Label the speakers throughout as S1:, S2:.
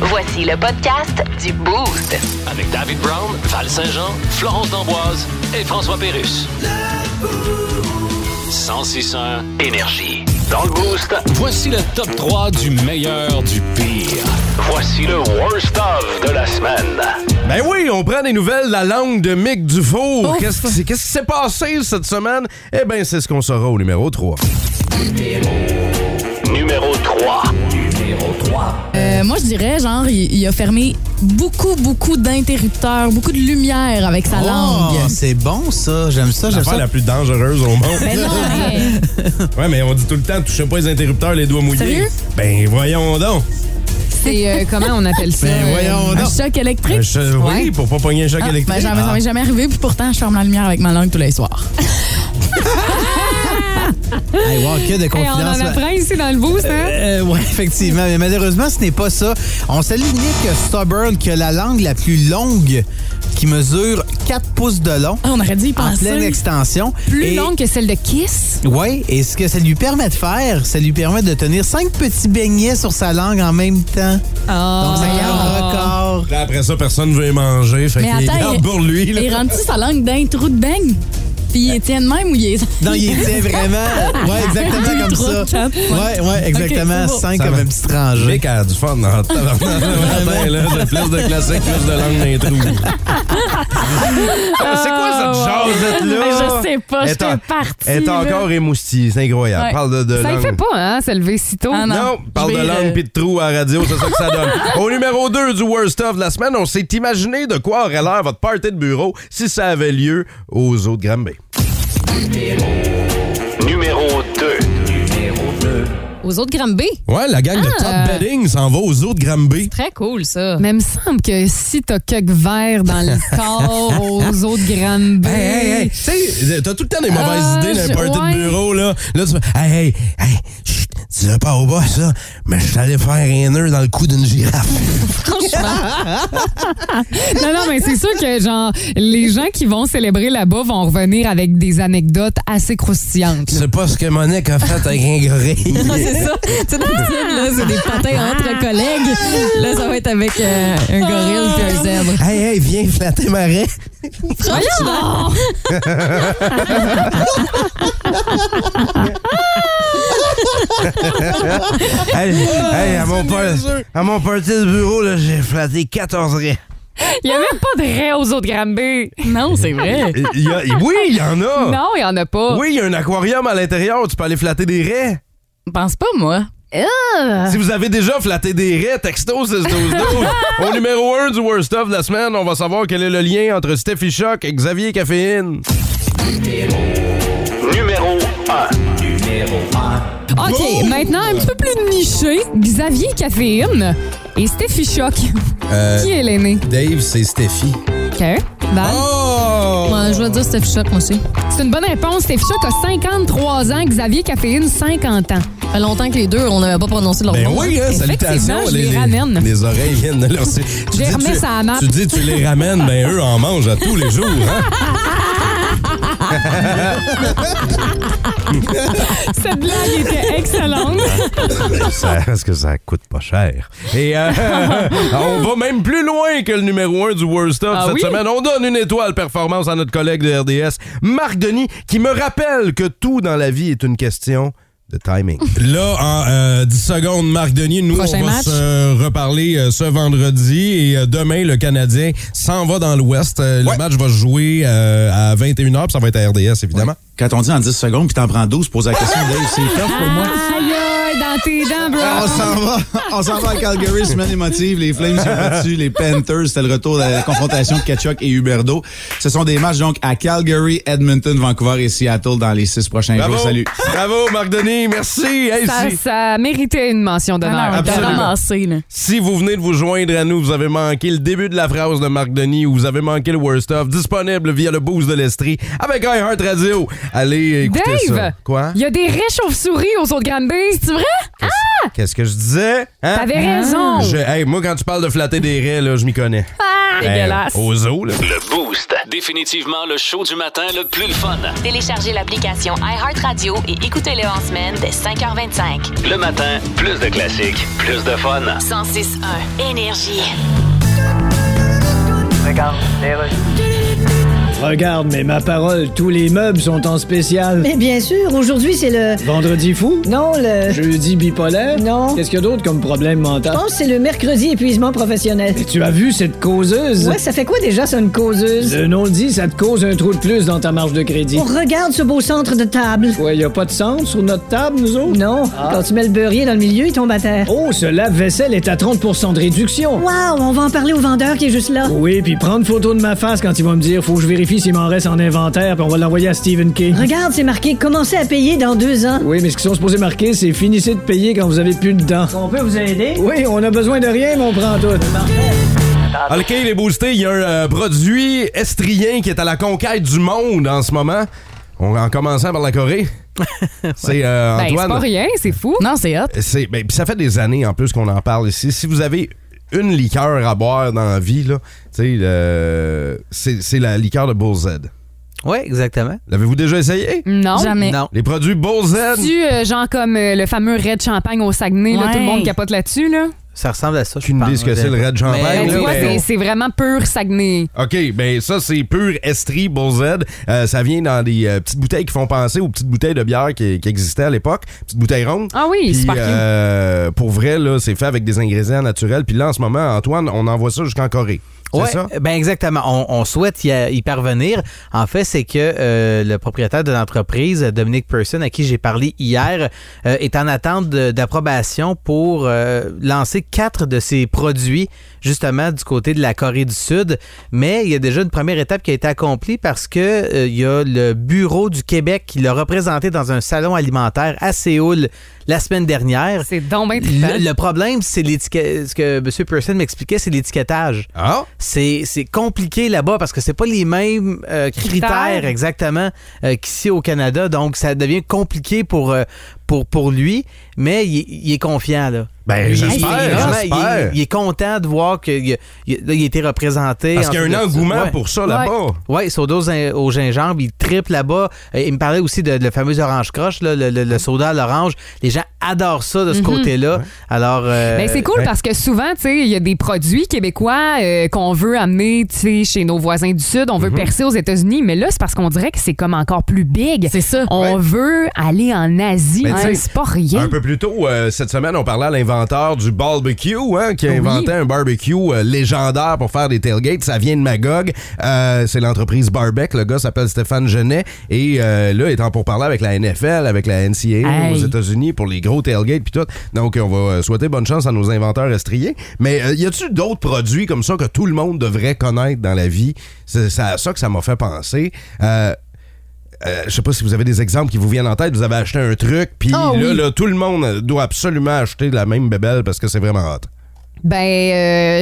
S1: Voici le podcast du Boost.
S2: Avec David Brown, Val Saint-Jean, Florence D'Amboise et François Pérus. 1061 énergie. Dans le boost, voici le top 3 du meilleur du pire. Voici le worst of de la semaine.
S3: Ben oui, on prend des nouvelles de la langue de Mick Dufour. Qu'est-ce qui qu'est-ce qui s'est passé cette semaine? Eh ben, c'est ce qu'on saura au numéro 3.
S2: Numéro 3. Numéro 3.
S4: Euh, moi, je dirais, genre, il, il a fermé beaucoup, beaucoup d'interrupteurs, beaucoup de lumière avec sa langue.
S5: Oh, c'est bon ça, j'aime ça, j'aime
S3: L'affaire
S5: ça.
S3: la plus dangereuse au monde.
S4: Ben non, mais
S3: Ouais, mais on dit tout le temps, touchez pas les interrupteurs, les doigts mouillés.
S4: Sérieux?
S3: Ben voyons donc.
S6: C'est euh, comment on appelle ça?
S5: Ben
S6: euh,
S5: voyons
S4: un
S5: donc.
S4: choc
S3: Oh Un
S4: électrique.
S3: cho- ben, Oui,
S6: Ouais.
S3: pour pas pogner un choc
S4: Ah,
S3: électrique.
S4: ben, jamais, ça m'est jamais arrivé, puis pourtant, je ferme la lumière avec ma langue tous les soirs.
S5: Hey, wow, que de
S6: Hey, on
S5: confiance.
S6: en apprend ici dans le boost, hein?
S5: Euh, ouais, effectivement, mais malheureusement, ce n'est pas ça. On salue Nick Stubborn qui a la langue la plus longue qui mesure 4 pouces de long
S4: Ah, on aurait dû y
S5: en
S4: penser.
S5: pleine extension.
S6: Plus
S5: Et-
S6: longue que celle de Kiss?
S5: Oui, et ce que ça lui permet de faire, ça lui permet de tenir cinq petits beignets sur sa langue en même temps. Donc, ça crée un record.
S3: Là, après ça, personne veut les manger. Fait
S4: Mais
S3: qu'il
S4: attends,
S3: garde
S4: il-
S3: pour lui. là.
S4: Et rentre-tu sa langue d'un trou de beigne? Puis il tient de même ou il est...
S5: Non, il tient vraiment. Ouais, exactement comme
S4: Trois,
S5: ça.
S4: quatre,
S5: Ouais, ouais, exactement.
S4: Ok, c'est bon.
S5: Cinq
S3: Ça
S5: comme
S3: va.
S5: un petit rangé.
S3: Mick a du fun dans tabarnak, le matin, là. J'ai plus de classique, plus de langue dans les trous. Ah, C'est quoi cette jasette-là?
S4: Ben, Ah, je sais pas,
S3: Elle
S4: j'étais
S3: est en-
S4: partie,
S3: Elle est
S4: là.
S3: encore émoustillée, c'est incroyable.
S4: Ouais.
S3: Parle de, de
S6: Ça ne
S3: langue.
S6: fait pas, hein, se lever si tôt.
S4: Ah, non.
S3: Non, parle
S4: Je
S3: de
S4: vais,
S3: langue
S4: euh,
S3: pis de trou à la radio, c'est ça que ça donne. Au numéro 2 du Worst of de la semaine, on s'est imaginé de quoi aurait l'air votre party de bureau si ça avait lieu aux autres Granby.
S2: Numéro 2.
S6: Aux autres B.
S3: Ouais, la gang de Top Bedding s'en va aux autres Granby.
S6: Ah. Très cool, ça. Mais il me semble que si t'as quelques verres dans le corps aux autres grandes
S3: Hey, hey, hey. Tu sais, t'as tout le temps des mauvaises
S6: Ah,
S3: idées
S6: je-
S3: d'un party
S6: ouais.
S3: de bureau, là. Là, tu fais, hey, hey, hey, chut, dis-le pas au boss, là, mais je suis allé faire un nœud dans le cou d'une girafe.
S6: Non, non, mais c'est sûr que, genre, les gens qui vont célébrer là-bas vont revenir avec des anecdotes assez croustillantes. là.
S3: C'est pas ce que Monique a fait avec un gorille.
S4: C'est ça. Tu sais, d'habitude, là, c'est des patins entre collègues. Là, ça va être avec euh, un
S6: Ah.
S4: gorille puis un zèbre.
S3: hey, hey, viens flatter ma raie.
S4: Franchement!
S3: Hey, hey, à, mon par- à mon party de bureau, là, j'ai flatté 14 raies.
S6: Il n'y a même pas de raies aux autres Granby.
S4: Non, c'est vrai.
S3: Il y a- oui, il y en a.
S6: Non, il n'y en a pas.
S3: Oui, il y a un aquarium à l'intérieur, tu peux aller flatter des raies.
S4: Je pense pas, moi.
S3: Si vous avez déjà flatté des raies, texto 6 12 12. Au numéro 1 du Worst of de la semaine, on va savoir quel est le lien entre Steffi Choc et Xavier Caféine.
S2: Numéro 1.
S6: OK, maintenant, un petit peu plus niché. Xavier Caféine et Steffi Choc.
S4: Euh.
S6: Qui est l'aîné?
S3: Dave, c'est Steffi.
S6: OK. Val?
S3: Oh!
S4: Moi, je vais dire Steph Shock, moi aussi.
S6: C'est une bonne réponse. Steffi Choc a 53 ans, Xavier Caféine, 50 ans.
S4: Ça fait longtemps que les deux, on n'avait pas prononcé leur
S3: Ben
S4: nom.
S3: oui, hein, salutations.
S6: Effectivement, je les ramène.
S3: les oreilles viennent de leur... Tu
S6: les
S3: dis,
S6: remets
S3: tu-
S6: sur la map.
S3: Tu dis tu les ramènes, ben eux en mangent à tous les jours. Hein?
S6: Cette blague était excellente.
S3: Ça- parce que ça coûte pas cher. Et euh, on va même plus loin que le numéro 1 du Worst Of
S6: Ah
S3: cette
S6: oui?
S3: semaine. On donne une étoile performance à notre collègue de RDS, Marc Denis, qui me rappelle que tout dans la vie est une question de timing. Là, en euh, 10 secondes, Marc Denis, nous,
S4: Prochain
S3: on va
S4: match.
S3: se reparler euh, ce vendredi. Et euh, demain, le Canadien s'en va dans l'Ouest. Euh, Le match va se jouer euh, à 21h, puis ça va être à RDS, évidemment. Ah.
S7: Quand on dit en 10 secondes, puis t'en prends 12, pose la question, Dave, c'est tough pour moi.
S6: Aïe, aïe. doigts dans tes dents,
S8: Ah,
S6: bro.
S5: On s'en va. On s'en va à Calgary, semaine émotive. Les Flames sont battus. Les Panthers, c'était le retour de la confrontation de Kachuk et Huberdo. Ce sont des matchs donc à Calgary, Edmonton, Vancouver et Seattle dans les six prochains
S3: Bravo.
S5: jours. Salut.
S3: Bravo, Marc Denis. Merci. Hey,
S6: Ça,
S3: si-
S6: ça méritait une mention d'honneur.
S4: Ah non, t'as
S3: Absolument.
S4: ramassé, là.
S3: Si vous venez de vous joindre à nous, vous avez manqué le début de la phrase de Marc Denis ou vous avez manqué le worst of, disponible via le boost de l'Estrie avec iHeart Radio. Allez écouter ça.
S6: Dave!
S3: Quoi?
S6: Il y a des raies chauves-souris aux autres Granby. C'est vrai?
S3: Qu'est-ce que je disais? Hein?
S6: T'avais raison.
S3: Je- hey, moi, quand tu parles de flatter des raies, là, je m'y connais.
S6: Ah, dégueulasse.
S3: Hey, Eh, aux os, là.
S2: Le Boost. Définitivement le show du matin le plus le fun.
S1: Téléchargez l'application iHeartRadio et écoutez-le en semaine dès 5h25.
S2: Le matin, plus de classiques, plus de fun.
S1: 106.1 Énergie.
S7: Regarde, mais ma parole, tous les meubles sont en spécial.
S9: Mais bien sûr, aujourd'hui c'est le.
S7: Vendredi fou,
S9: Non, le. Je
S7: jeudi bipolaire.
S9: Non.
S7: Qu'est-ce qu'il y a d'autre comme problème mental?
S9: pense que c'est le mercredi épuisement professionnel.
S7: Mais tu as vu cette causeuse?
S9: Ouais, ça fait quoi déjà, ça, une causeuse?
S7: Le non-dit, ça te cause un trou de plus dans ta marge de crédit.
S9: On regarde ce beau centre de table.
S7: Ouais, y a pas de centre sur notre table, nous autres?
S9: Non, quand tu mets le beurrier dans le milieu, il tombe à terre.
S7: Oh, ce lave-vaisselle est à 30 de réduction.
S9: Waouh, on va en parler au vendeur qui est juste là.
S7: Oui, puis prendre photo de ma face quand il va me dire faut que je vérifie s'il m'en reste en inventaire, puis on va l'envoyer à Stephen King.
S9: Regarde, c'est marqué commencez à payer dans deux ans.
S7: Oui, mais ce qu'ils sont supposés marquer, c'est finissez de payer quand vous avez plus de dents.
S9: On peut vous aider?
S7: Oui, on a besoin de rien, mais on prend tout.
S3: OK, les boostés, il y a un euh, produit estrien qui est à la conquête du monde en ce moment. On, en commençant par la Corée. C'est euh,
S6: Ben, c'est
S3: Antoine.
S6: pas rien, c'est fou.
S4: Non, c'est hot.
S3: C'est- ben, puis ça fait des années en plus qu'on en parle ici. Si vous avez une liqueur à boire dans la vie, là, tu sais, euh, c'est c'est la liqueur de Bull Z.
S10: Oui, exactement.
S3: L'avez-vous déjà essayé?
S6: Non.
S4: Jamais.
S10: Non.
S3: Les produits Bull Z.
S6: Tu, euh, genre comme euh, le fameux Red Champagne au Saguenay, là,
S4: Ouais.
S6: tout le monde capote là-dessus. Là.
S10: Ça ressemble à ça. je
S3: Aucune idée
S10: pense.
S3: ce que c'est, le Red Champagne,
S10: Mais-
S3: là,
S6: Ben, tu
S10: oui,
S6: vois, c'est-
S10: mais-
S6: c'est vraiment pur Saguenay.
S3: OK, ben ça, c'est pur Estrie Bull Z. Euh, ça vient dans des euh, petites bouteilles qui font penser aux petites bouteilles de bière qui, qui existaient à l'époque. Petites bouteilles rondes.
S6: Ah oui,
S3: Puis,
S6: super cute.
S3: euh, pour vrai, là, c'est fait avec des ingrédients naturels. Puis là, en ce moment, Antoine, on envoie ça jusqu'en Corée. C'est
S10: Ouais,
S3: ça?
S10: ben exactement. On, on souhaite y, a- y parvenir. En fait, c'est que euh, le propriétaire de l'entreprise, Dominic Person, à qui j'ai parlé hier, euh, est en attente de- d'approbation pour euh, lancer quatre de ses produits, justement, du côté de la Corée du Sud. Mais il y a déjà une première étape qui a été accomplie parce que euh, il y a le Bureau du Québec qui l'a représenté dans un salon alimentaire à Séoul la semaine dernière.
S6: C'est donc bien trippant.
S10: Le, le problème, c'est l'étiquette. Ce que M. Person m'expliquait, c'est l'étiquetage
S3: Ah?
S10: c'est c'est compliqué là-bas parce que c'est pas les mêmes euh, critères,
S6: Critères.
S10: exactement euh, qu'ici au Canada, donc ça devient compliqué pour euh, pour pour lui, mais il, est- il est confiant là.
S3: Ben,
S10: Il-
S3: j'espère,
S10: il est vraiment- il,
S3: j'espère.
S10: est- il est content de voir qu'il a, il a- il a été représenté.
S3: Parce qu'il y a un
S10: Ensuite de-
S3: engouement
S10: Ouais.
S3: pour ça là-bas.
S10: Oui, soda au zin- au gingembre, il triple là-bas. Euh, Il me parlait aussi de, de le fameux orange croche, là, le, le- le soda à l'orange. Les gens adorent ça de ce côté-là. Alors, euh,
S6: Mhm. Ben, c'est cool
S3: ouais.
S6: parce que souvent, tu sais, il y a des produits québécois euh, qu'on veut amener, tu sais, chez nos voisins du Sud. On veut percer aux États-Unis, mais là, c'est parce qu'on dirait que c'est comme encore plus big.
S4: C'est ça.
S6: On veut aller en Asie.
S3: Ben, tu sais,
S6: Hein, c'est pas rien.
S3: Un peu plus tôt, euh, cette semaine, on parlait à l'inventeur du barbecue, hein, qui a
S6: Oui.
S3: inventé un barbecue euh, légendaire pour faire des tailgates. Ça vient de Magog. Euh, c'est l'entreprise Barbec. Le gars s'appelle Stéphane Genet. Et euh, là, il est en pour parler avec la NFL, avec la NCAA
S6: Hey.
S3: aux États-Unis pour les gros tailgates puis tout. Donc, on va euh, souhaiter bonne chance à nos inventeurs estriers. Mais euh, y a-tu d'autres produits comme ça que tout le monde devrait connaître dans la vie? C'est c'est à ça que ça m'a fait penser. Euh, euh, je sais pas si vous avez des exemples qui vous viennent en tête. Vous avez acheté un truc, puis
S6: Ah
S3: là,
S6: oui.
S3: là, tout le monde doit absolument acheter la même bébelle parce que c'est vraiment hot.
S6: Ben,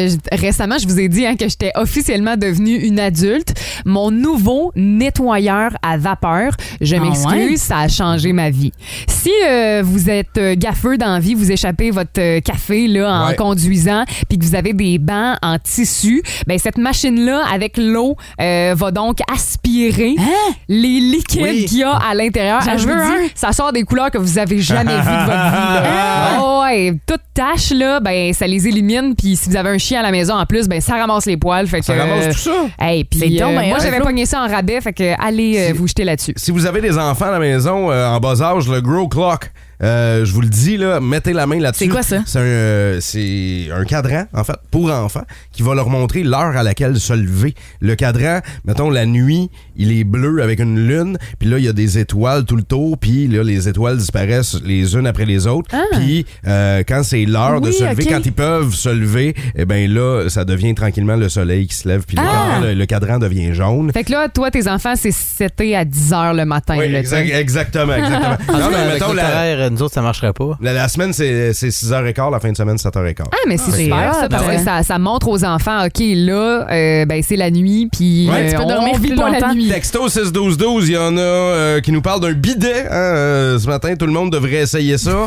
S6: euh, j- récemment, je vous ai dit hein, que j'étais officiellement devenue une adulte. Mon nouveau nettoyeur à vapeur, je
S4: Ah
S6: m'excuse,
S4: ouais?
S6: ça a changé ma vie. Si euh, vous êtes euh, gaffeux d'envie, vous échappez votre euh, café là, en
S3: Ouais.
S6: conduisant, puis que vous avez des bancs en tissu, ben cette machine-là, avec l'eau, euh, va donc aspirer
S4: Hein?
S6: les liquides
S10: Oui.
S6: qu'il y a à l'intérieur.
S4: J'en
S6: Ah, je
S4: veux
S6: vous dis,
S4: un.
S6: ça sort des couleurs que vous avez jamais vues de votre vie. là. Ah ouais, toute tâche là, ben ça les élimine puis si vous avez un chien à la maison en plus, ben ça ramasse les poils, fait
S3: Ça
S6: que
S3: ramasse tout ça.
S6: Hey, puis
S4: C'est donc
S6: euh,
S4: bien
S6: moi
S4: hot,
S6: j'avais
S4: Flo.
S6: pogné ça en rabais, fait que allez euh, vous jeter là-dessus.
S3: Si vous avez des enfants à la maison euh, en bas âge, le Grow Clock, Euh, je vous le dis, là, mettez la main là-dessus.
S4: C'est quoi ça?
S3: C'est un, euh, c'est un cadran, en fait, pour enfants, qui va leur montrer l'heure à laquelle se lever. Le cadran, mettons, la nuit, il est bleu avec une lune, puis là, il y a des étoiles tout le tour, puis là, les étoiles disparaissent les unes après les autres. Puis euh, quand c'est l'heure de
S4: Ah. Oui,
S3: se lever,
S4: ok.
S3: quand ils peuvent se lever, eh ben là, ça devient tranquillement le soleil qui se lève, puis le
S6: Ah!
S3: cadran- le- le cadran devient jaune.
S6: Fait que là, toi, tes enfants, c'est 7 à 10 heures le matin.
S3: Oui,
S6: là,
S3: exact-
S6: tu sais.
S3: exactement, exactement.
S10: En
S3: non,
S10: tout cas,
S3: mais
S10: avec
S3: mettons,
S10: notre
S3: la,
S10: horaire, nous autres, ça marcherait pas.
S3: la, la semaine, c'est c'est 6h15, la fin de semaine, 7h15.
S6: Ah, mais c'est
S3: Fait que,
S6: super,
S3: euh,
S6: ça, parce
S4: hein.
S10: ben
S6: que
S10: ouais.
S6: ça, ça montre aux enfants, OK, là, euh, ben, c'est la nuit, puis
S3: Ouais.
S6: euh,
S3: Tu peux
S6: on,
S4: Ben, dormir
S6: on vit
S4: plus
S6: pas la
S4: longtemps.
S6: nuit.
S3: Texto 6-12-12, il y en a euh, qui nous parlent d'un bidet hein, euh, ce matin. Tout le monde devrait essayer ça.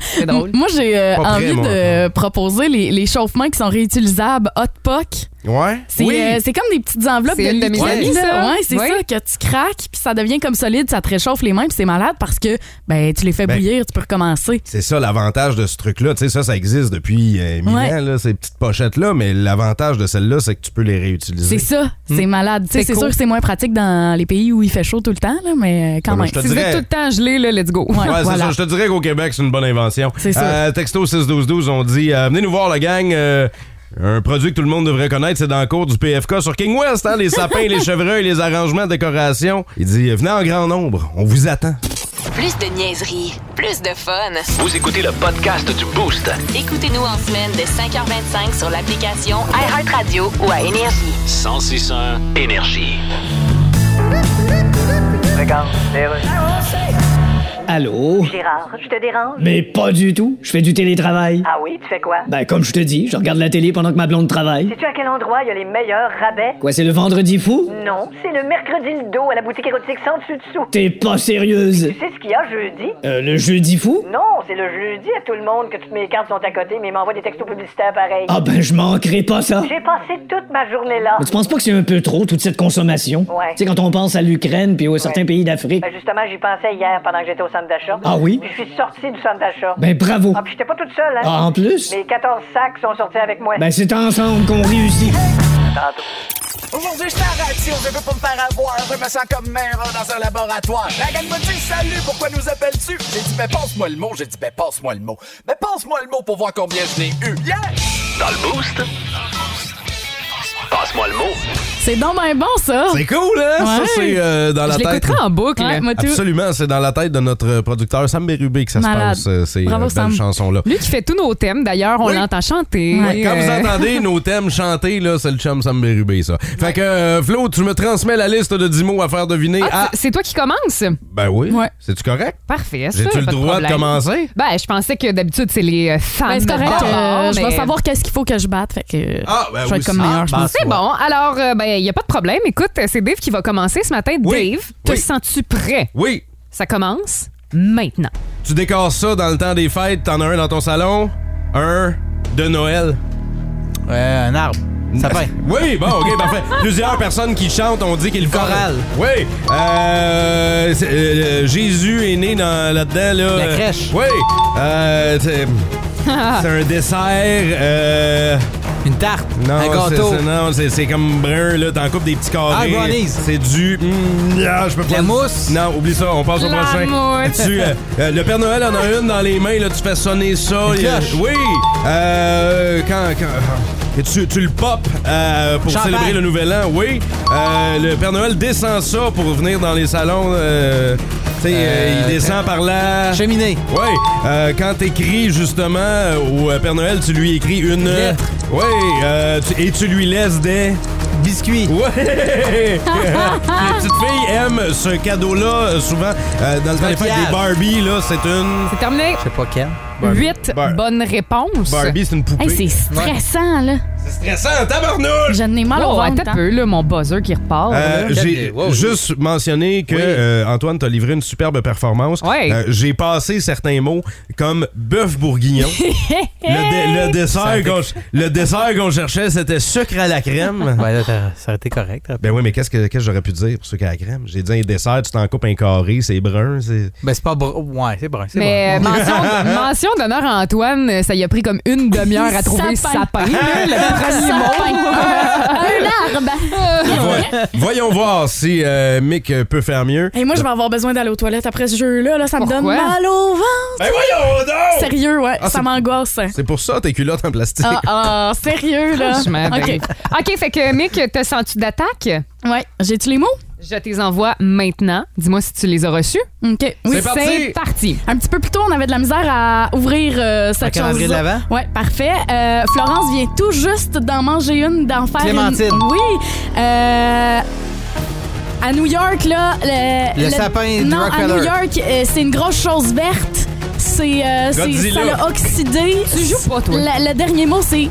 S6: C'est drôle.
S4: Moi, j'ai euh,
S3: Pas prêt,
S4: envie
S3: moi.
S4: de proposer les, les chauffements qui sont réutilisables hot pock.
S3: Ouais.
S4: C'est euh, c'est comme des petites enveloppes
S6: C'est
S4: de
S6: une de mes
S4: liquide,
S6: amies,
S4: là.
S6: ça.
S4: Ouais, c'est
S6: Oui.
S4: ça que tu craques puis ça devient comme solide, ça te réchauffe les mains puis c'est malade parce que ben tu les fais
S3: Ben,
S4: bouillir, tu peux recommencer.
S3: C'est ça l'avantage de ce truc-là. Tu sais, ça, ça existe depuis euh, mille
S4: Ouais.
S3: ans, là, ces petites pochettes-là. Mais l'avantage de celle-là, c'est que tu peux les réutiliser.
S4: C'est ça, c'est malade. Tu sais,
S6: C'est
S4: C'est
S6: cool.
S4: sûr que c'est moins pratique dans les pays où il fait chaud tout le temps là, mais euh, quand
S3: Comme
S4: même.
S3: je te
S6: Si vous êtes
S3: dirais-
S6: tout le temps gelé, là, let's go.
S3: Ouais, c'est
S4: voilà.
S3: ça. Je te dirais qu'au Québec, c'est une bonne invention.
S4: C'est ça.
S3: Euh, texto 61212, on dit euh, Venez nous voir, la gang. euh, un produit que tout le monde devrait connaître, c'est dans le cours du PFK sur King West, hein, les sapins, les chevreuils, les arrangements, décorations. Il dit euh, Venez en grand nombre, on vous attend.
S1: Plus de niaiserie, plus de fun.
S2: Vous écoutez le podcast du Boost.
S1: Écoutez-nous en semaine de 5h25 sur l'application iHeartRadio ou à Énergie.
S2: 1061 Énergie.
S7: Allô?
S9: Gérard, je te dérange?
S7: Mais pas du tout. Je fais du télétravail.
S9: Ah oui, tu fais quoi?
S7: Ben, comme je te dis, je regarde la télé pendant que ma blonde travaille.
S9: Sais-tu à quel endroit il y a les meilleurs rabais?
S7: Quoi, c'est le vendredi fou?
S9: Non, c'est le mercredi le dos à la boutique érotique sans dessus-dessous.
S7: T'es pas sérieuse.
S9: Tu sais ce qu'il y a jeudi?
S7: Euh, le jeudi fou?
S9: Non, c'est le jeudi à tout le monde que toutes mes cartes sont à côté, mais ils m'envoient des textos publicitaires pareils.
S7: Ah ben, je manquerai pas ça.
S9: J'ai passé toute ma journée là.
S7: Mais tu penses pas que c'est un peu trop, toute cette consommation?
S9: Ouais.
S7: Tu sais, quand on pense à l'Ukraine puis aux certains pays d'Afrique.
S9: Ben, justement, j'y pensais hier pendant que j'étais au centre d'achat.
S7: Ah oui?
S9: Puis je suis sortie du centre d'achat.
S7: Ben, bravo.
S9: Ah, puis j'étais pas toute seule, hein?
S7: Ah, en plus?
S9: Mes 14 sacs sont sortis avec moi.
S7: Ben, c'est ensemble qu'on réussit.
S11: Aujourd'hui, je t'arrête si on veut pas me faire avoir. Je me sens comme mère dans un laboratoire. La gang me dit salut, pourquoi nous appelles-tu? J'ai dit, ben passe-moi le mot. J'ai dit, ben passe-moi le mot. Ben passe-moi le mot pour voir combien je l'ai eu. Yeah!
S2: Dans le Boost. Passe-moi le mot.
S4: C'est donc ben bon ça.
S3: C'est cool, hein? Ça,
S4: Ouais.
S3: c'est euh, dans la
S6: Je
S3: tête.
S6: l'écouterai en boucle.
S4: Ouais, moi, tout.
S3: Absolument, c'est dans la tête de notre producteur Sam Bérubé que ça
S4: Malade.
S3: se passe, euh, ces
S4: Bravo,
S3: euh,
S4: Sam.
S3: belles chansons-là.
S6: Lui qui fait tous nos thèmes, d'ailleurs, on
S3: Oui.
S6: l'entend chanter.
S3: Ouais, Quand vous
S6: Euh,
S3: entendez nos thèmes chantés, là, c'est le chum Sam Bérubé, ça. Fait que, euh, Flo, tu me transmets la liste de 10 mots à faire deviner
S6: Ah,
S3: à...
S6: c'est toi qui commence?
S3: Ben oui.
S4: Ouais.
S3: C'est-tu correct?
S6: Parfait. ça,
S3: J'ai-tu
S6: pas
S3: le droit de
S6: problème.
S3: commencer?
S6: Ben, je pensais que d'habitude, c'est les euh, fans.
S4: Ben, c'est correct,
S6: de
S4: euh,
S6: bord,
S4: je
S6: mais-
S4: vais savoir qu'est-ce qu'il faut que je batte, fait que
S3: Ah, ben
S4: je vais
S3: oui,
S4: être comme
S3: ça.
S4: meilleur, je
S3: Ah,
S4: pense.
S6: C'est bon. Alors, euh, ben, il n'y a pas de problème. Écoute, c'est Dave qui va commencer ce matin.
S3: Oui.
S6: Dave, te
S3: Oui.
S6: sens-tu prêt?
S3: Oui.
S6: Ça commence maintenant.
S3: Tu décores ça dans le temps des fêtes, t'en as un dans ton salon, un de Noël.
S10: Euh, un arbre. Ça va.
S3: Oui, bon, ok, parfait. Plusieurs personnes qui chantent ont dit qu'ils
S10: Chorale.
S3: Oui. Euh, c'est- euh, Jésus est né dans- là-dedans, là.
S10: La crèche.
S3: Oui. Euh, c'est c'est un dessert. Euh,
S10: Une tarte.
S3: non,
S10: un
S3: c'est-
S10: gâteau.
S3: c'est- non, c'est c'est comme brun, là. T'en coupes des petits
S10: Ah,
S3: carrés.
S10: brownies.
S3: C'est du. Mm, ah, je peux pas.
S10: La mousse.
S3: Non, oublie ça, on passe au
S6: La
S3: prochain.
S6: mousse.
S3: Tu, euh, euh, le Père Noël en a une dans les mains, là, tu fais sonner ça.
S10: Une
S3: Il y a-
S10: cloche.
S3: Oui. Euh, quand. quand- tu, tu le pop euh, pour
S10: Champagne.
S3: célébrer le nouvel an, oui. Euh, le Père Noël descend ça pour venir dans les salons. euh, tu sais, euh, il
S10: Euh,
S3: descend par là.
S10: Cheminée.
S3: Oui, euh, quand t'écris justement euh, au euh, Père Noël, tu lui écris une
S10: Lettre.
S3: Oui, euh, tu- et tu lui laisses des.
S10: Biscuit.
S3: Ouais! Les petites filles aiment ce cadeau-là euh, souvent. Euh, dans le temps des fêtes
S10: Maquillage.
S3: des Barbie, là, c'est une.
S6: C'est terminé.
S10: Je sais pas quel.
S6: Huit
S3: Bar-
S6: bonnes réponses.
S3: Barbie, c'est une poupée.
S4: Hey, c'est stressant là.
S3: C'est stressant, tabarnouche!
S4: J'en ai mal au
S6: Oh,
S4: ventre.
S6: attends
S4: hein.
S6: un peu, là, mon buzzer qui repart.
S3: Euh,
S6: là.
S3: j'ai
S10: Wow.
S3: juste mentionné que
S10: Oui.
S3: euh, Antoine t'a livré une superbe performance.
S6: Ouais.
S3: Euh, j'ai passé certains mots comme bœuf bourguignon. le, dé- le dessert qu'on, le dessert qu'on cherchait, c'était sucre à la crème.
S10: Ouais, Ben là, t'as ça, ça aurait été correct. hein.
S3: Ben oui, mais qu'est-ce que, qu'est-ce que j'aurais pu dire pour ceux qui ont la crème? J'ai dit un dessert, tu t'en coupes un carré, c'est brun. C'est...
S10: Ben, c'est pas brun. Ouais, c'est brun. c'est
S6: Mais
S10: brun.
S6: euh, mention, mention d'honneur à Antoine, euh, ça y a pris comme une demi-heure à trouver ce sapin. là, le premier mot.
S4: Un arbre!
S3: Voyons voir si euh, Mick peut faire mieux.
S4: Et moi, je vais avoir besoin d'aller aux toilettes après ce jeu-là. Là, ça me donne
S3: Pourquoi?
S4: mal au ventre.
S3: Ben voyons donc!
S4: Sérieux, ouais.
S3: Ah,
S4: ça
S3: c'est-
S4: m'angoisse.
S3: C'est pour ça tes culottes en plastique.
S4: Ah, ah, sérieux, là.
S6: Franchement, ben.
S4: OK.
S6: OK, fait que Mick, te sens-tu d'attaque?
S4: Ouais. J'ai-tu les mots?
S6: Je te les envoie maintenant. Dis-moi si tu les as reçus.
S4: OK. Oui,
S6: C'est parti. C'est parti.
S4: Un petit peu plus tôt, on avait de la misère à ouvrir euh,
S10: Un
S4: cette chose.
S10: calendrier de l'Avent?
S4: Ouais, parfait. Euh, Florence vient tout juste d'en manger une, d'en faire
S10: Clémentine.
S4: une. Oui. Euh, à New York, là. Le,
S10: Le sapin du
S4: Non, à
S10: Rockefeller.
S4: New York, euh, c'est une grosse chose verte. C'est. euh, c'est-
S10: Godzilla.
S4: ça l'a oxydé. Tu joues pas,
S6: toi.
S4: le dernier mot, c'est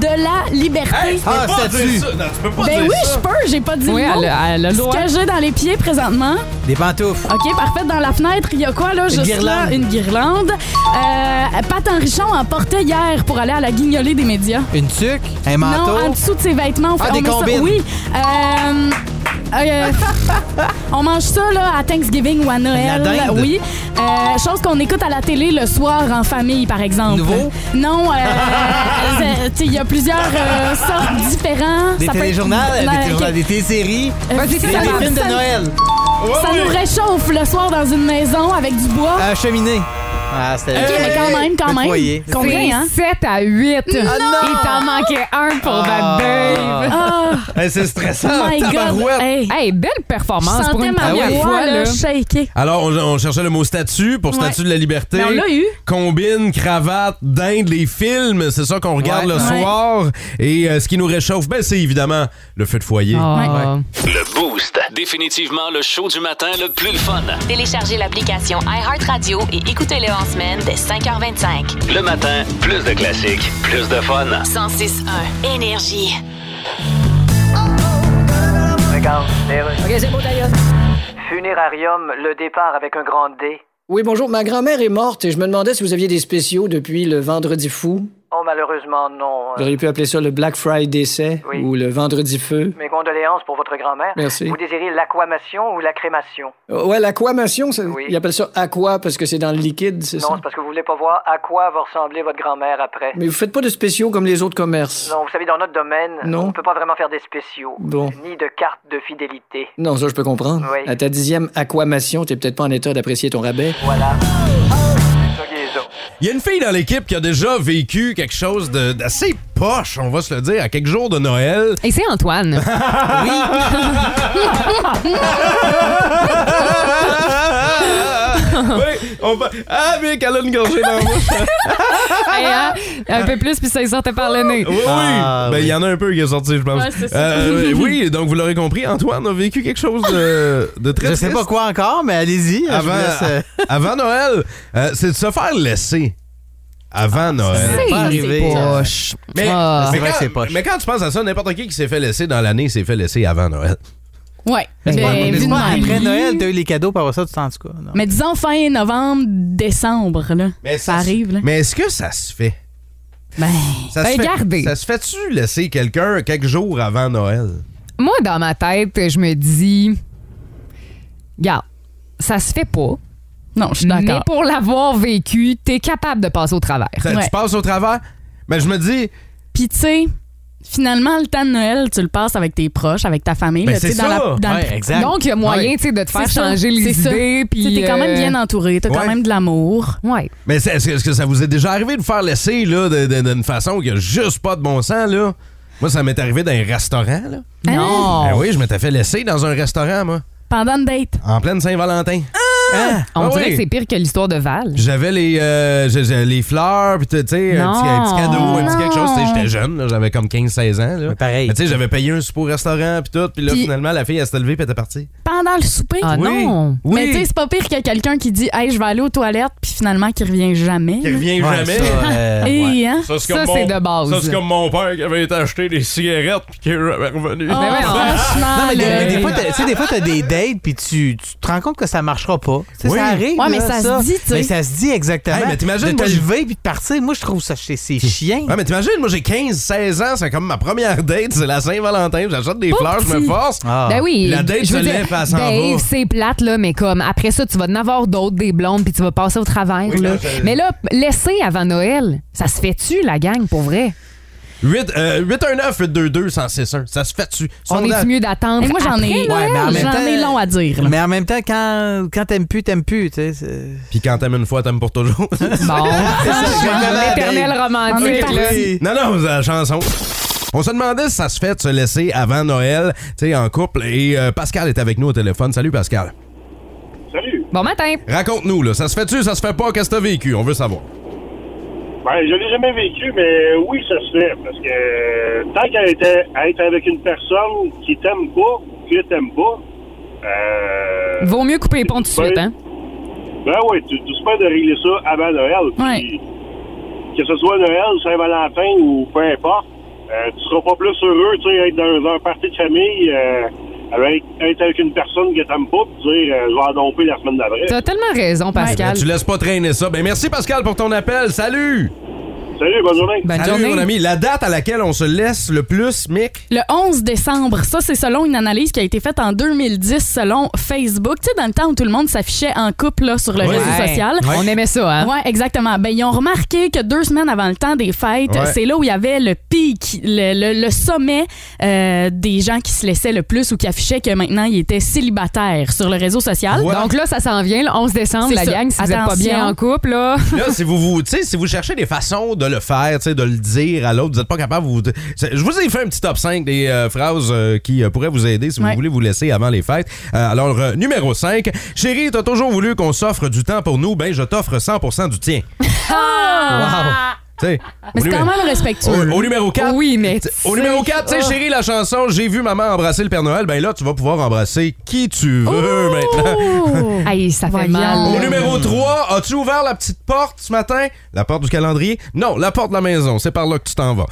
S4: de la liberté.
S11: Ah, statue. Non, tu peux pas
S4: Ben
S11: dire
S4: oui,
S11: ça.
S4: je peux, j'ai pas dit
S6: Oui,
S4: le mot.
S6: elle a- elle a le droit.
S4: Ce que j'ai dans les pieds présentement,
S10: Des pantoufles.
S4: OK, parfait. Dans la fenêtre, il y a quoi, là?
S10: Une
S4: Juste
S10: guirlande.
S4: là, une guirlande. Euh, Pat Henrichon en portait hier pour aller à la guignolée des médias.
S10: Une tuque, un manteau.
S4: Non, en dessous de ses vêtements. On
S10: Ah,
S4: fait-
S10: des
S4: on met ça-
S10: combines.
S4: oui. Euh, euh, on mange ça là, à Thanksgiving ou à Noël.
S10: De la dinde.
S4: Oui. Euh, chose qu'on écoute à la télé le soir en famille, par exemple.
S10: Nouveau?
S4: Non. euh, c'est- tu sais, Il y a plusieurs euh, sortes différentes.
S10: Des
S4: Ça peut être-
S10: téléjournaux,
S4: Non,
S10: des,
S4: ok.
S10: téléjournaux, des téléséries,
S4: Euh,
S10: des,
S4: ça
S10: des
S4: nous-
S10: films de
S4: ça nous-
S10: Noël,
S4: Ça nous réchauffe le soir dans une maison avec du bois.
S10: à la cheminée. Ah, c'était
S4: Ok, mais quand même, quand
S10: Le
S4: même.
S10: foyer.
S6: C'est
S4: Combien, hein?
S6: 7 à 8. Il t'en manquait un pour
S10: Ah.
S6: ma babe.
S4: Ah, Oh
S3: Eh, c'est stressant,
S4: my God!
S3: tabarouette.
S4: Hey,
S6: Hey, belle
S4: je
S6: performance pour
S4: sentais
S6: une
S4: ma
S6: première
S4: voix,
S6: fois. Là.
S4: là, shaker.
S3: Alors, on, on cherchait le mot statut pour statut de la liberté.
S4: Mais on l'a eu.
S3: Combine, cravate, dinde, les films, c'est ça qu'on regarde le
S4: Ouais.
S3: soir. Et euh, ce qui nous réchauffe, ben, c'est évidemment le feu de foyer.
S6: Ah.
S2: Le Boost. Définitivement le show du matin le plus le fun.
S1: Téléchargez l'application iHeartRadio et écoutez-le en semaine dès 5h25.
S2: Le matin, plus de classiques, plus de fun.
S1: 106.1 Énergie.
S12: Regarde, Funérarium, le départ avec un grand D.
S13: Oui, bonjour. Ma grand-mère est morte et je me demandais si vous aviez des spéciaux depuis le Vendredi fou.
S12: Oh, malheureusement, non.
S13: Vous auriez pu appeler ça le Black Friday décès ou le Vendredi feu.
S12: Mes condoléances pour votre grand-mère.
S13: Merci.
S12: Vous désirez l'aquamation ou la crémation?
S13: Euh, Ouais, l'aquamation, ça, ils appellent ça aqua parce que c'est dans le liquide, c'est
S12: Non,
S13: ça?
S12: c'est parce que vous voulez pas voir à quoi va ressembler votre grand-mère après.
S13: Mais vous faites pas de spéciaux comme les autres commerces.
S12: Non, vous savez, dans notre domaine,
S13: Non.
S12: on peut pas vraiment faire des spéciaux.
S13: Bon.
S12: Ni de cartes de fidélité.
S13: Non, ça, je peux comprendre.
S12: Oui.
S13: À ta dixième aquamation, t'es peut-être pas en état d'apprécier ton rabais.
S12: Voilà.
S3: Il y a une fille dans l'équipe qui a déjà vécu quelque chose de- d'assez poche, on va se le dire, à quelques jours de Noël.
S6: Et c'est Antoine.
S3: oui, on va... Ah, mais elle a une gorgée dans la bouche.
S6: Hey, hein, un peu plus, puis ça y sortait par le nez.
S3: Oui, oui. Ben, il y en a un peu qui est sorti, je pense.
S6: Ouais, c'est ça.
S3: Euh, oui, donc vous l'aurez compris, Antoine a vécu quelque chose de, de très
S10: Je sais pas
S3: triste.
S10: quoi encore, mais allez-y. je vous
S3: avant,
S10: laisse, euh,
S3: avant Noël, euh, c'est de se faire laisser. Avant Noël.
S10: Ah, c'est pas arrivé.
S6: poche.
S3: Mais,
S10: Ah. C'est
S3: mais
S10: vrai que
S3: quand,
S10: c'est poche.
S3: mais quand tu penses à ça, n'importe qui qui s'est fait laisser dans l'année s'est fait laisser avant Noël.
S4: Ouais.
S10: Mais
S4: Ben,
S10: c'est pas-
S4: vu de
S10: mais
S4: même.
S10: Après Noël, t'as eu les cadeaux, par ça, tu t'en tout cas. non.
S4: Mais disons fin novembre, décembre, là.
S3: Mais
S4: ça, arrive, là.
S3: Mais est-ce que ça se fait?
S4: Ben,
S3: Ça se fait, Ça se fait-tu laisser quelqu'un quelques jours avant Noël?
S6: Moi, dans ma tête, je me dis, regarde, ça se fait pas.
S4: Non, je suis
S6: Mais
S4: d'accord.
S6: pour l'avoir vécu, t'es capable de passer au travers.
S3: Ça- Tu passes au travers? Mais je me dis,
S4: Puis, tu sais, finalement, le temps de Noël, tu le passes avec tes proches, avec ta famille.
S3: Ben,
S4: là, tu
S3: c'est
S4: sais,
S3: ça.
S4: dans la, dans le-
S10: Ouais, exact.
S6: Donc, il y a moyen
S10: Ouais.
S6: tu sais, de te faire
S4: C'est ça,
S6: changer les
S4: c'est ça.
S6: idées.
S4: Tu sais,
S6: puis
S4: T'es quand même
S6: euh,
S4: bien entouré, t'as
S3: ouais.
S4: quand même de l'amour.
S6: Ouais.
S3: mais c'est- est-ce que, est-ce que ça vous est déjà arrivé de faire laisser là, de- de- d'une façon qui a juste pas de bon sens? Là? Moi, ça m'est arrivé dans un restaurant. Là.
S4: Hein?
S6: Non.
S3: Ben oui, je m'étais fait laisser dans un restaurant, moi,
S4: Pendant une date.
S3: en pleine Saint-Valentin.
S10: Hein?
S6: On
S3: Ah
S6: dirait
S3: oui.
S6: que c'est pire que l'histoire de Val.
S3: J'avais les, euh, j'ai- j'ai les fleurs, puis tu sais, un
S6: Non.
S3: petit, un petit cadeau, un petit quelque chose. Tu sais,
S6: Non.
S3: J'étais jeune, là, j'avais comme 15-16 ans. Là.
S10: Mais pareil.
S3: Mais tu sais, j'avais payé un souper au restaurant, puis tout. Puis là,
S4: Puis-
S3: finalement, la fille, elle s'est levée, puis elle était partie.
S4: Pendant le souper.
S6: Ah
S3: Oui.
S6: non.
S3: Oui.
S4: Mais tu sais, c'est pas pire que quelqu'un qui dit Hey, je vais aller aux toilettes, puis finalement, qui revient jamais.
S3: Qui revient
S10: Ouais,
S3: jamais.
S10: ça, euh,
S4: Et,
S10: ouais.
S4: hein?
S3: Ça,
S6: Ça, c'est de base.
S3: ça, c'est comme mon père qui avait été acheter des cigarettes, puis qui est revenu.
S4: Oh,
S6: ouais, on-
S4: franchement,
S10: Non, mais des,
S4: là.
S10: mais des fois, t'as- tu sais, des fois, t'as des dates, puis tu, tu te rends compte que ça marchera pas. Tu sais,
S3: Oui.
S10: Ça arrive.
S4: Ouais, mais
S10: là,
S4: ça se dit, tu sais.
S10: Mais ça se dit exactement.
S3: Hey, mais t'imagines,
S10: de
S3: moi,
S10: te
S3: j'ai-
S10: lever puis de partir, moi, je trouve ça chez ces chiens.
S3: Ouais, mais t'imagines, moi j'ai 15 15-16 ans, c'est comme ma première date, c'est la Saint-Valentin, j'achète des
S6: Pas
S3: fleurs, je me
S6: petit.
S3: force.
S6: Ben oui.
S3: Ah, La date
S6: je
S3: se
S6: veux
S3: lève,
S6: dire,
S3: elle s'en
S6: Dave,
S3: va.
S6: c'est plate, là, mais comme après ça, tu vas en avoir d'autres, des blondes, puis tu vas passer au travers.
S3: Oui,
S6: là.
S3: non, je-
S6: Mais là, laisser avant Noël, ça se fait-tu, la gang, pour vrai?
S3: 8, euh, 819 822 1061 ça se fait dessus.
S6: On est mieux d'attendre.
S4: Et moi, j'en
S6: après
S4: ai- Ouais,
S6: Noël?
S4: mais en même temps-
S6: ai long à dire. là.
S10: Mais en même temps, quand, quand t'aimes plus, t'aimes plus. tu sais, c'est-
S3: Puis quand t'aimes une fois, t'aimes pour toujours. Bon,
S6: L'éternel romantique. là.
S3: Non, non, c'est la chanson. On se demandait si ça se fait de se laisser avant Noël, tu sais, en couple. Et euh, Pascal est avec nous au téléphone. Salut, Pascal.
S14: Salut.
S6: Bon matin.
S3: Raconte-nous, là, ça se fait-tu, ça se fait pas? Qu'est-ce que t'as vécu? On veut savoir.
S14: Ben, je l'ai jamais vécu, mais oui, ça se fait. Parce que euh, tant qu'à être, à être avec une personne qui t'aime pas ou qui t'aime pas, euh,
S6: Vaut mieux couper les ponts tout de suite, hein?
S14: ben oui, tu, tu sais pas de régler ça avant Noël. Puis, Que ce soit Noël, Saint-Valentin ou peu importe, euh, tu seras pas plus heureux, tu sais, être dans un party de famille, euh, avec, être avec une personne que t'aimes pas, puis dire, euh, je vais en domper la semaine d'après.
S6: T'as tellement raison, Pascal.
S3: Ben, tu laisses pas traîner ça. Ben, merci, Pascal, pour ton appel. Salut!
S14: Salut, bonne journée.
S4: Bonne
S3: Salut,
S4: journée.
S3: mon ami. La date à laquelle on se laisse le plus, Mick?
S4: Le 11 décembre, ça c'est selon une analyse qui a été faite en 2010 selon Facebook. Tu sais, dans le temps où tout le monde s'affichait en couple là, sur le
S6: Ouais.
S4: réseau social.
S6: Ouais. On aimait ça, hein?
S4: Ouais, exactement. Ben, ils ont remarqué que deux semaines avant le temps des fêtes,
S6: Ouais.
S4: c'est là où il y avait le pic, le, le- le sommet euh, des gens qui se laissaient le plus ou qui affichaient que maintenant ils étaient célibataires sur le réseau social.
S6: Donc là, ça s'en vient, le 11 décembre,
S4: C'est
S6: la
S4: ça.
S6: gang, si vous êtes pas
S4: Attention.
S6: bien en couple, là.
S3: Là, si vous, vous, tu sais, si vous cherchez des façons de le faire, tu sais, de le dire à l'autre, vous n'êtes pas capable. Vous, c'est- je vous ai fait un petit top 5 des euh, phrases euh, qui euh, pourraient vous aider si vous voulez vous laisser avant les fêtes. Euh, alors, euh, numéro 5. Chérie, t'as toujours voulu qu'on s'offre du temps pour nous. Ben, je t'offre 100 du tien. Tu sais,
S4: Ah! Mais
S3: au
S4: c'est
S3: numé-
S4: quand même Oh respectueux.
S3: Au, au numéro 4.
S6: Oui, mais.
S3: Au numéro 4, tu sais,
S6: Oh.
S3: chérie, la chanson J'ai vu maman embrasser le Père Noël. Ben là, tu vas pouvoir embrasser qui tu
S4: Oh!
S3: veux maintenant.
S6: Aïe, ça fait mal.
S3: Au numéro 3, as-tu ouvert la petite porte ce matin? La porte du calendrier? Non, la porte de la maison. C'est par là que tu t'en vas.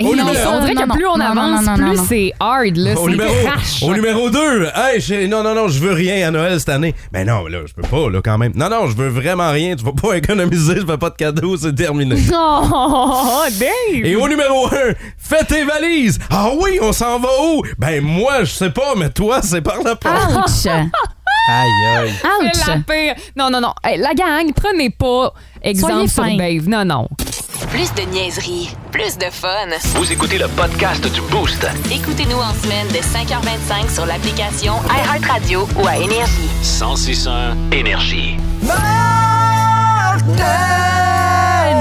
S6: Et
S3: Au
S6: non,
S3: numéro-
S6: on dirait
S4: Non,
S6: que
S4: non,
S6: plus on
S4: non,
S6: avance,
S4: non, non, non,
S6: plus
S4: non.
S6: c'est hard, là.
S3: Au
S6: c'est
S3: numéro,
S6: trash.
S3: au numéro 2, hey, chérie, non, non, non, je veux rien à Noël cette année. Ben non, là, je peux pas, là, quand même. Non, non, je veux vraiment rien. Tu vas pas économiser, je fais pas de cadeaux, c'est terminé.
S6: Oh, Dave!
S3: Et au numéro 1, fais tes valises. Ah oui, on s'en va où? Ben moi, je sais pas, mais toi, c'est par la porte. Aïe, aïe.
S6: C'est la pire. Non, non, non. Hey, la gang, prenez pas exemple
S1: Soyez
S6: sur
S1: fin.
S6: Dave. Non, non.
S1: Plus de niaiserie, plus de fun.
S2: Vous écoutez le podcast du Boost.
S1: Écoutez-nous en semaine de 5h25 sur l'application iHeartRadio ou à Énergie.
S2: 1061 Énergie.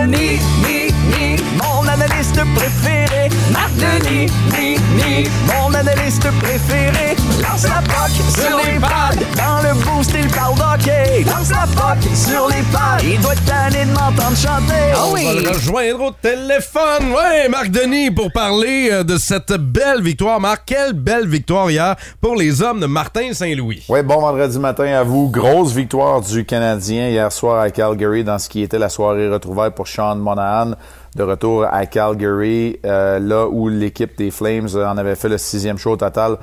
S11: Ni, ni, ni, mon analyste préféré. Marc Denis, ni, ni, mon analyste préféré. Lance la POC sur les pads. Dans le boost, il parle d'hockey. Lance la POC sur les pads. Il doit être tanné de m'entendre chanter.
S3: Ah, On va le rejoindre au téléphone. Ouais, Marc Denis pour parler euh, de cette belle victoire. Marc, quelle belle victoire hier pour les hommes de Martin Saint-Louis.
S8: Oui, bon vendredi matin à vous. Grosse victoire du Canadien hier soir à Calgary dans ce qui était la soirée retrouvaille pour Sean Monahan. De retour à Calgary, euh, là où l'équipe des Flames euh, en avait fait le sixième show total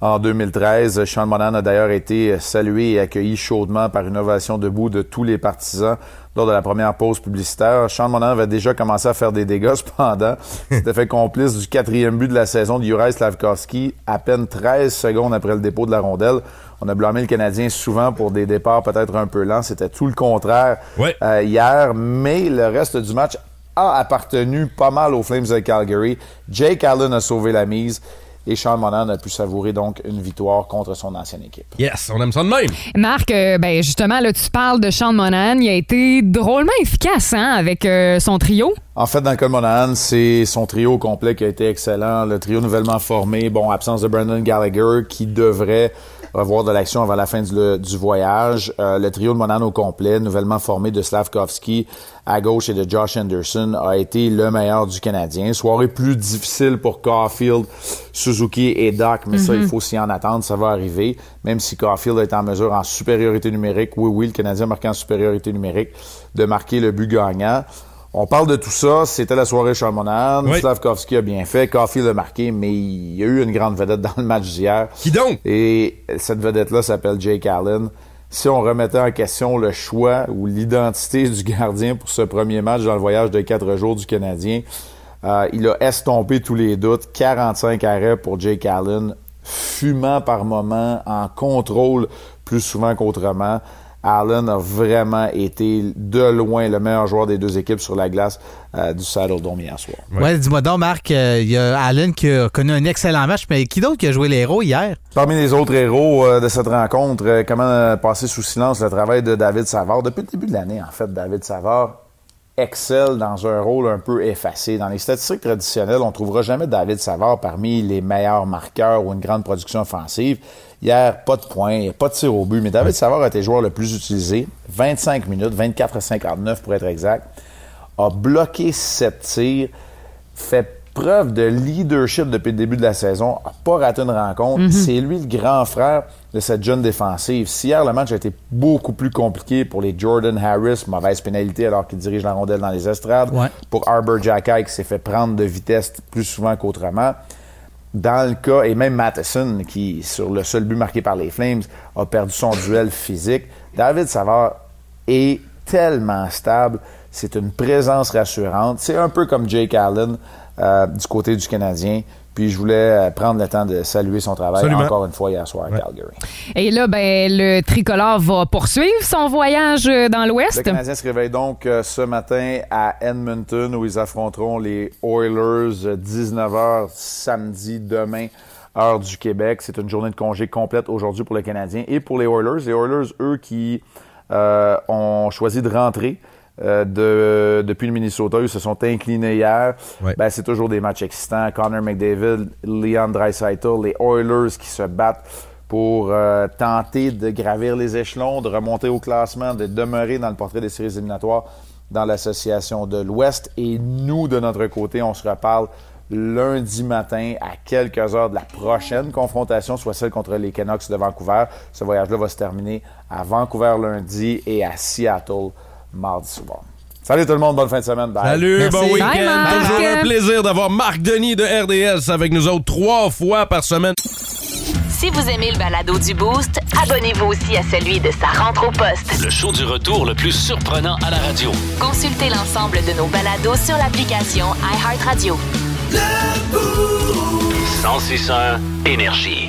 S8: en 2013. Sean Monahan a d'ailleurs été salué et accueilli chaudement par une ovation debout de tous les partisans lors de la première pause publicitaire. Sean Monahan avait déjà commencé à faire des dégâts, cependant. C'était fait complice du quatrième but de la saison de Juraj Slavkovski à peine 13 secondes après le dépôt de la rondelle. On a blâmé le Canadien souvent pour des départs peut-être un peu lents. C'était tout le contraire euh, hier, mais le reste du match a appartenu pas mal aux Flames de Calgary. Jake Allen a sauvé la mise et Sean Monahan a pu savourer donc une victoire contre son ancienne équipe.
S3: Yes, on aime ça de même.
S6: Marc, euh, ben justement, là, tu parles de Sean Monahan. Il a été drôlement efficace, hein, avec euh, son trio.
S8: En fait, dans le cas de Monahan, c'est son trio au complet qui a été excellent. Le trio nouvellement formé, bon, absence de Brandon Gallagher qui devrait revoir de l'action avant la fin du, le- du voyage. Euh, le trio de Monahan au complet, nouvellement formé de Slavkovski à gauche et de Josh Anderson, a été le meilleur du Canadien. Soirée plus difficile pour Caulfield, Suzuki et Doc, mais ça,
S15: Mhm.
S8: il faut s'y en attendre, ça va arriver. Même si Caulfield est en mesure en supériorité numérique, oui, oui, le Canadien marque en supériorité numérique, de marquer le but gagnant. On parle de tout ça. C'était la soirée Sean Monahan. Slavkovski a bien fait. Caulfield a marqué, mais il y a eu une grande vedette dans le match d'hier.
S3: Qui donc?
S8: Et cette vedette-là s'appelle Jake Allen. Si on remettait en question le choix ou l'identité du gardien pour ce premier match dans le voyage de quatre jours du Canadien, Euh, il a estompé tous les doutes. 45 arrêts pour Jake Allen, fumant par moment, en contrôle plus souvent qu'autrement. Allen a vraiment été de loin le meilleur joueur des deux équipes sur la glace euh, du Saddle Dome hier soir.
S10: Ouais, dis-moi donc, Marc, euh, il y a Allen qui a connu un excellent match, mais qui d'autre qui a joué l'héros hier?
S8: Parmi les autres héros euh, de cette rencontre, euh, comment euh, passer sous silence le travail de David Savard? Depuis le début de l'année, en fait, David Savard excelle dans un rôle un peu effacé. Dans les statistiques traditionnelles, on trouvera jamais David Savard parmi les meilleurs marqueurs ou une grande production offensive. Hier, pas de points, pas de tir au but, mais David Savard a été le joueur le plus utilisé. 25 minutes, 24 à 59 pour être exact. A bloqué 7 tirs, fait preuve de leadership depuis le début de la saison, a pas raté une rencontre.
S15: Mhm.
S8: C'est lui le grand frère de cette jeune défensive. Si hier, le match a été beaucoup plus compliqué pour les Jordan Harris, mauvaise pénalité alors qu'il dirige la rondelle dans les estrades,
S10: Ouais.
S8: pour Arbor Jacky qui s'est fait prendre de vitesse plus souvent qu'autrement. Dans le cas, et même Matheson, qui, sur le seul but marqué par les Flames, a perdu son duel physique. David Savard est tellement stable. C'est une présence rassurante. C'est un peu comme Jake Allen euh, du côté du Canadien. Puis je voulais euh, prendre le temps de saluer son travail
S3: Absolument.
S8: encore une fois hier soir à Calgary.
S6: Et là, ben, le tricolore va poursuivre son voyage euh, dans
S8: Le
S6: l'Ouest.
S8: Canadien se réveille donc euh, ce matin à Edmonton où ils affronteront les Oilers euh, 19h samedi demain heure du Québec. C'est une journée de congé complète aujourd'hui pour le Canadien et pour les Oilers. Les Oilers, eux, qui euh, ont choisi de rentrer euh, de- depuis le Minnesota, ils se sont inclinés hier. Ben, c'est toujours des matchs excitants. Connor McDavid, Leon Draisaitl, les Oilers qui se battent pour euh, tenter de gravir les échelons, de remonter au classement, de demeurer dans le portrait des séries éliminatoires dans l'association de l'Ouest. Et nous, de notre côté, on se reparle lundi matin à quelques heures de la prochaine confrontation, soit celle contre les Canucks de Vancouver. Ce voyage-là va se terminer à Vancouver lundi et à Seattle mardi soir. Salut tout le monde, bonne fin de semaine. Bye.
S3: Salut, bon week-end.
S6: Bye, Marc.
S3: Toujours un plaisir d'avoir Marc Denis de RDS avec nous autres trois fois par semaine.
S1: Si vous aimez le balado du Boost, abonnez-vous aussi à celui de sa rentre au poste.
S2: Le show du retour le plus surprenant à la radio.
S1: Consultez l'ensemble de nos balados sur l'application iHeartRadio.
S2: 106 énergie.